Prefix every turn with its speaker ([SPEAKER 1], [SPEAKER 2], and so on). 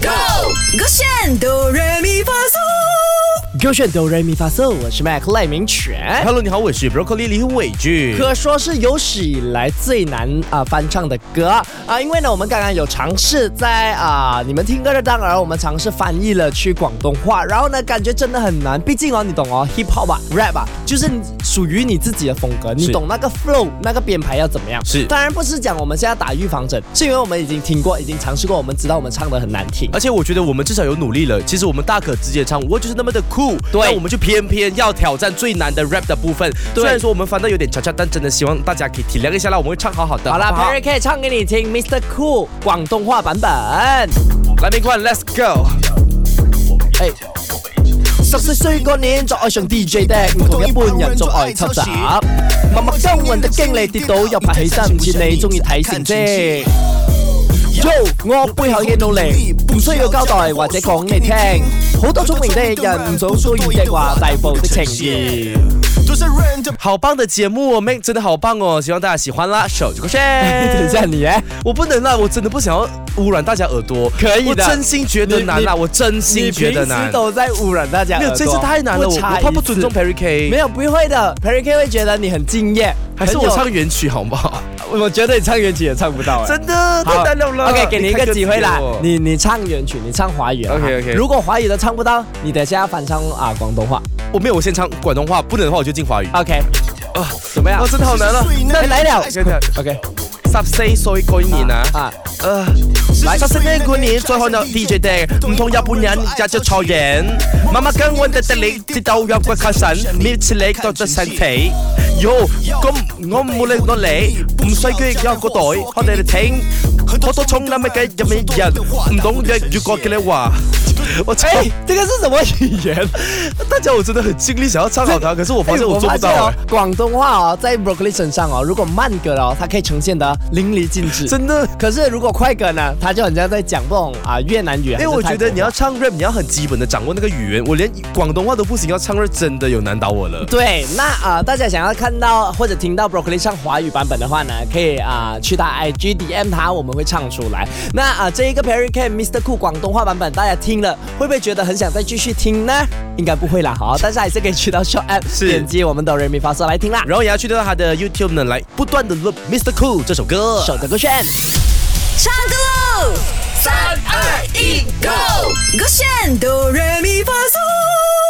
[SPEAKER 1] Go，我选哆来咪发嗦。
[SPEAKER 2] 勾选哆瑞咪发嗦，我是 Mac 赖明全。
[SPEAKER 3] Hello，你好，我是 Broccoli 李伟俊。
[SPEAKER 2] 可说是有史以来最难啊、翻唱的歌啊、因为呢，我们刚刚有尝试在啊、你们听歌的当儿，我们尝试翻译了去广东话，然后呢，感觉真的很难，毕竟哦，你懂哦，hip hop 啊，rap 啊，就是你属于你自己的风格，你
[SPEAKER 3] 是
[SPEAKER 2] 懂那个 flow 那个编排要怎么样。
[SPEAKER 3] 是
[SPEAKER 2] 当然不是讲我们现在打预防针，是因为我们已经听过，已经尝试过，我们知道我们唱的很难听。
[SPEAKER 3] 而且我觉得我们至少有努力了。其实我们大可直接唱，我就是那么的酷。
[SPEAKER 2] 对
[SPEAKER 3] 那我们就偏偏要挑战最难的 rap 的部分。
[SPEAKER 2] 对
[SPEAKER 3] 虽然说我们翻到有点cha cha，但真的希望大家可以体谅一下啦，我们会唱好好的。
[SPEAKER 2] 好啦
[SPEAKER 3] 不
[SPEAKER 2] p e r r y 可以唱给你听，Mr. Cool 广东话版本。
[SPEAKER 3] 来宾冠，Let's go。
[SPEAKER 2] 诶十四歲嗰年作愛上 DJ 的，唔同一般人做愛七集。默默耕耘的經歷跌倒又爬起身，唔似你中意睇成績。Yo，我背後嘅努力唔需要交代或者講你聽，好多聰明的人唔早都已的話，大部的情意。
[SPEAKER 4] 就是 random
[SPEAKER 3] 好棒的节目哦，Mac 真的好棒哦，希望大家喜欢啦。手机过去。
[SPEAKER 2] 等一 下你诶，
[SPEAKER 3] 我不能啦，我真的不想要污染大家耳朵。
[SPEAKER 2] 可以的
[SPEAKER 3] 我真心觉得难啦，
[SPEAKER 2] 你你
[SPEAKER 3] 我真
[SPEAKER 2] 你
[SPEAKER 3] 心觉得
[SPEAKER 2] 平時
[SPEAKER 3] 难。
[SPEAKER 2] 都在污染大家
[SPEAKER 3] 没
[SPEAKER 2] 耳
[SPEAKER 3] 有，
[SPEAKER 2] 朵，
[SPEAKER 3] 这次太难了，我我
[SPEAKER 2] 差一
[SPEAKER 3] 怕不
[SPEAKER 2] 次
[SPEAKER 3] 尊重 Perry K。
[SPEAKER 2] 没有，不会的。Perry K 会觉得你很敬业，
[SPEAKER 3] 还是我
[SPEAKER 2] 很有
[SPEAKER 3] 唱，原曲好不好？
[SPEAKER 2] 我觉得你唱原曲也唱不到、哎
[SPEAKER 3] 真的太
[SPEAKER 2] 好
[SPEAKER 3] 难了啦。
[SPEAKER 2] OK，给你一
[SPEAKER 3] 看
[SPEAKER 2] 个
[SPEAKER 3] 歌词
[SPEAKER 2] 机会啦
[SPEAKER 3] 给我，
[SPEAKER 2] 你你唱原曲，你唱华语啊。
[SPEAKER 3] OK，OK
[SPEAKER 2] 如果华语都唱不到，你等下翻唱啊广东话。
[SPEAKER 3] 我没有，我先唱广东话，不能的话我就进华语。
[SPEAKER 2] OK，啊，怎么样
[SPEAKER 3] 啊，？真的好难了。
[SPEAKER 2] 那来了
[SPEAKER 3] 真的
[SPEAKER 2] ，OK，
[SPEAKER 3] 十四歲嗰年啊，
[SPEAKER 2] 啊，
[SPEAKER 3] 呃，十四年嗰年再看到 DJ 的，唔同日本人也就錯人。媽媽跟我哋的你，直到有骨靠神，搣起你覺得身體。喲，咁我冇理過你，唔需要有個袋，我哋嚟聽。好多沖冷嘅日美人，唔懂日語講嘅你話。我操！
[SPEAKER 2] 哎，这个是什么语言？
[SPEAKER 3] 大家我真的很尽力想要唱好它，可是我发 现我做不到、
[SPEAKER 2] 哎我
[SPEAKER 3] 哎
[SPEAKER 2] 发现哦广东话哦，在 Broccoli 身上哦，如果慢歌哦，它可以呈现的淋漓尽致。
[SPEAKER 3] 真的。
[SPEAKER 2] 可是如果快歌呢，它就很像在讲这种啊越南语。因
[SPEAKER 3] 因为我觉得你要唱 rap，你要很基本的掌握那个语言。我连广东话都不行，要唱 rap 真的有难倒我了。
[SPEAKER 2] 对，那啊、呃大家想要看到或者听到 Broccoli 唱华语版本的话呢，可以啊、呃去他 IG DM 他，我们会唱出来。那啊、呃这一个 Perry K Mr. Cool 广东话版本，大家听了会不会觉得很想再继续听呢？应该不会啦，好，但是还是可以去到 s h o p App
[SPEAKER 3] 是
[SPEAKER 2] 点击我们的 Remy 发射来听啦。
[SPEAKER 3] 然后也要去到他的 YouTube 呢，来不断的 look Mr. Cool 这首歌。
[SPEAKER 2] 手的歌炫。
[SPEAKER 1] 唱歌喽！三二一，Go！我选哆来咪发嗦。